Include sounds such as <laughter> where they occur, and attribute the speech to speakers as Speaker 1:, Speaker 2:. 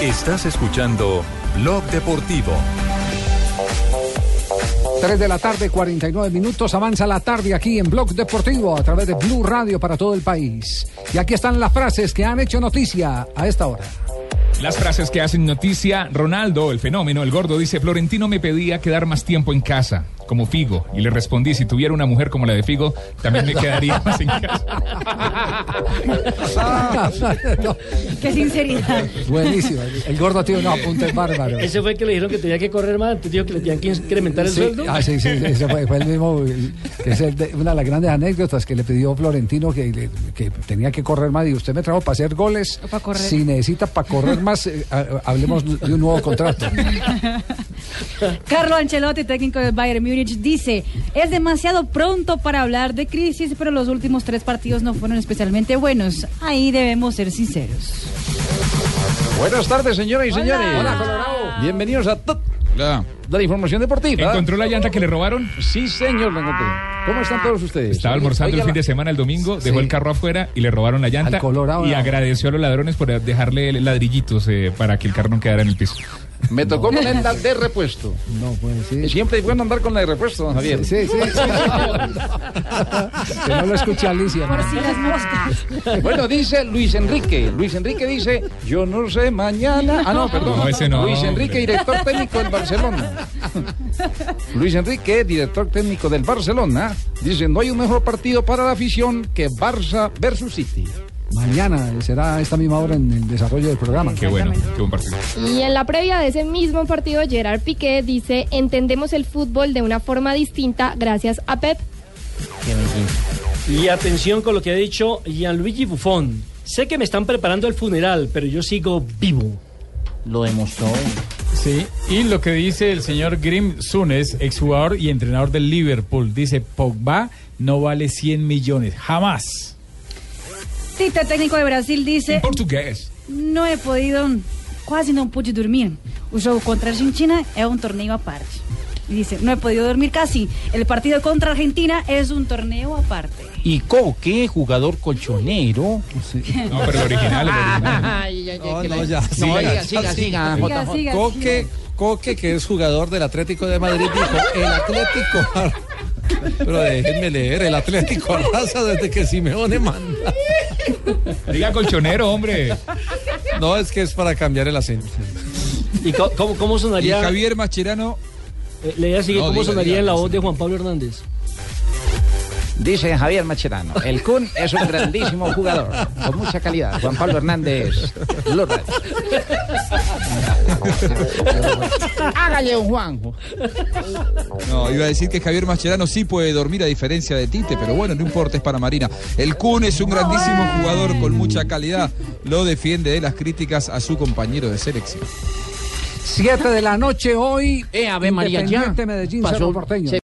Speaker 1: Estás escuchando Blog Deportivo.
Speaker 2: 3 de la tarde, 49 minutos. Avanza la tarde aquí en Blog Deportivo a través de Blue Radio para todo el país. Y aquí están las frases que han hecho noticia a esta
Speaker 3: <laughs>
Speaker 2: hora.
Speaker 4: Las frases que hacen noticia, Ronaldo, el fenómeno, el gordo, dice, Florentino me pedía quedar más tiempo en casa, como Figo. Y le respondí, si tuviera una mujer como la de Figo, también me quedaría más en casa.
Speaker 5: No. Qué sinceridad.
Speaker 2: Buenísimo. El gordo tiene unos apuntes bárbaros.
Speaker 6: Ese fue el que le dijeron que tenía que correr más, antes dijo que le tenían que incrementar el
Speaker 2: sí.
Speaker 6: sueldo.
Speaker 2: Ah, sí, sí, ese fue, fue el mismo, es el de, una de las grandes anécdotas que le pidió Florentino que, le, que tenía que correr más y usted me trajo para hacer goles.
Speaker 5: O para correr.
Speaker 2: Si necesita para correr más más, eh, hablemos de un nuevo
Speaker 3: <laughs>
Speaker 2: contrato.
Speaker 5: Carlo Ancelotti, técnico del Bayern Múnich, dice, es demasiado pronto para hablar de crisis, pero los últimos tres partidos no fueron especialmente buenos. Ahí debemos ser sinceros.
Speaker 3: Buenas tardes, señoras y señores.
Speaker 2: Hola, Colorado.
Speaker 3: Bienvenidos a Top de la información deportiva.
Speaker 4: ¿Encontró la llanta que le robaron?
Speaker 3: Sí, señor, la encontré. ¿Cómo están todos ustedes?
Speaker 4: Estaba almorzando
Speaker 3: Oiga,
Speaker 4: el fin de
Speaker 3: la-
Speaker 4: semana el domingo, dejó
Speaker 2: Sí.
Speaker 4: el carro afuera y le robaron la llanta.
Speaker 2: Al Colorado,
Speaker 4: y
Speaker 2: no.
Speaker 4: agradeció a los ladrones por dejarle ladrillitos eh, para que el carro no quedara en el piso.
Speaker 3: Me tocó ponerla de repuesto.
Speaker 2: No pues, puede ser.
Speaker 3: Siempre es bueno andar con la de repuesto, don Javier.
Speaker 2: Sí, sí, sí,
Speaker 7: <laughs>
Speaker 2: sí. que no lo escuche Alicia. ¿no?
Speaker 5: Por si las moscas.
Speaker 3: Bueno, dice Luis Enrique. Luis Enrique dice, yo no sé mañana. Ah, no, perdón.
Speaker 4: No, ese no,
Speaker 3: Luis
Speaker 4: hombre.
Speaker 3: Enrique, director técnico del Barcelona. Luis Enrique, director técnico del Barcelona, dice, no hay un mejor partido para la afición que Barça versus City.
Speaker 2: Mañana eh, será a esta misma hora en el desarrollo del programa.
Speaker 4: Qué bueno, qué buen partido.
Speaker 8: Y en la previa de ese mismo partido, Gerard Piqué dice, entendemos el fútbol de una forma distinta gracias a Pep.
Speaker 6: Y atención con lo que ha dicho Gianluigi Buffon. Sé que me están preparando el funeral, pero yo sigo vivo.
Speaker 7: Lo demostró.
Speaker 9: Sí, y lo que dice el señor Grim Sunes, exjugador y entrenador del Liverpool, dice Pogba no vale 100 millones, jamás.
Speaker 5: Tite, técnico de Brasil, dice,
Speaker 4: En portugués.
Speaker 5: no he podido, quase não pude dormir. O jogo contra Argentina es un torneo aparte. Y dice, no he podido dormir casi. El partido contra Argentina es un torneo aparte.
Speaker 7: Y Coque, jugador colchonero.
Speaker 4: No, pero el original, el original.
Speaker 7: No, no,
Speaker 9: ya.
Speaker 7: siga, siga, siga,
Speaker 5: Siga,
Speaker 7: JJ.
Speaker 5: siga,
Speaker 9: Coque, Coque, que es jugador del Atlético de Madrid, dijo, el Atlético... Pero déjenme leer, el Atlético arrasa desde que Simeone manda.
Speaker 4: Diga colchonero, hombre.
Speaker 9: No, es que es para cambiar el acento.
Speaker 6: ¿Y co- cómo, cómo sonaría?
Speaker 9: Machirano
Speaker 6: eh, le voy a seguir,
Speaker 9: No,
Speaker 6: ¿Cómo
Speaker 9: diga,
Speaker 6: sonaría
Speaker 9: diga,
Speaker 6: en la
Speaker 9: no
Speaker 6: voz de Juan Pablo Hernández?
Speaker 3: Dice Javier Macherano, el Kun es un grandísimo jugador, con mucha calidad. Juan Pablo Hernández, Blue Radio. Hágale un Juanjo.
Speaker 10: No, iba a decir que Javier Mascherano sí puede dormir a diferencia de Tite, pero bueno, no importa, es para Marina. El Kun es un grandísimo jugador con mucha calidad. Lo defiende de las críticas a su compañero de selección.
Speaker 2: Siete de la noche hoy.
Speaker 7: Eh, Ave María, ya.
Speaker 2: Independiente Medellín,
Speaker 7: Pasó.
Speaker 2: Cerro Porteño.
Speaker 7: Se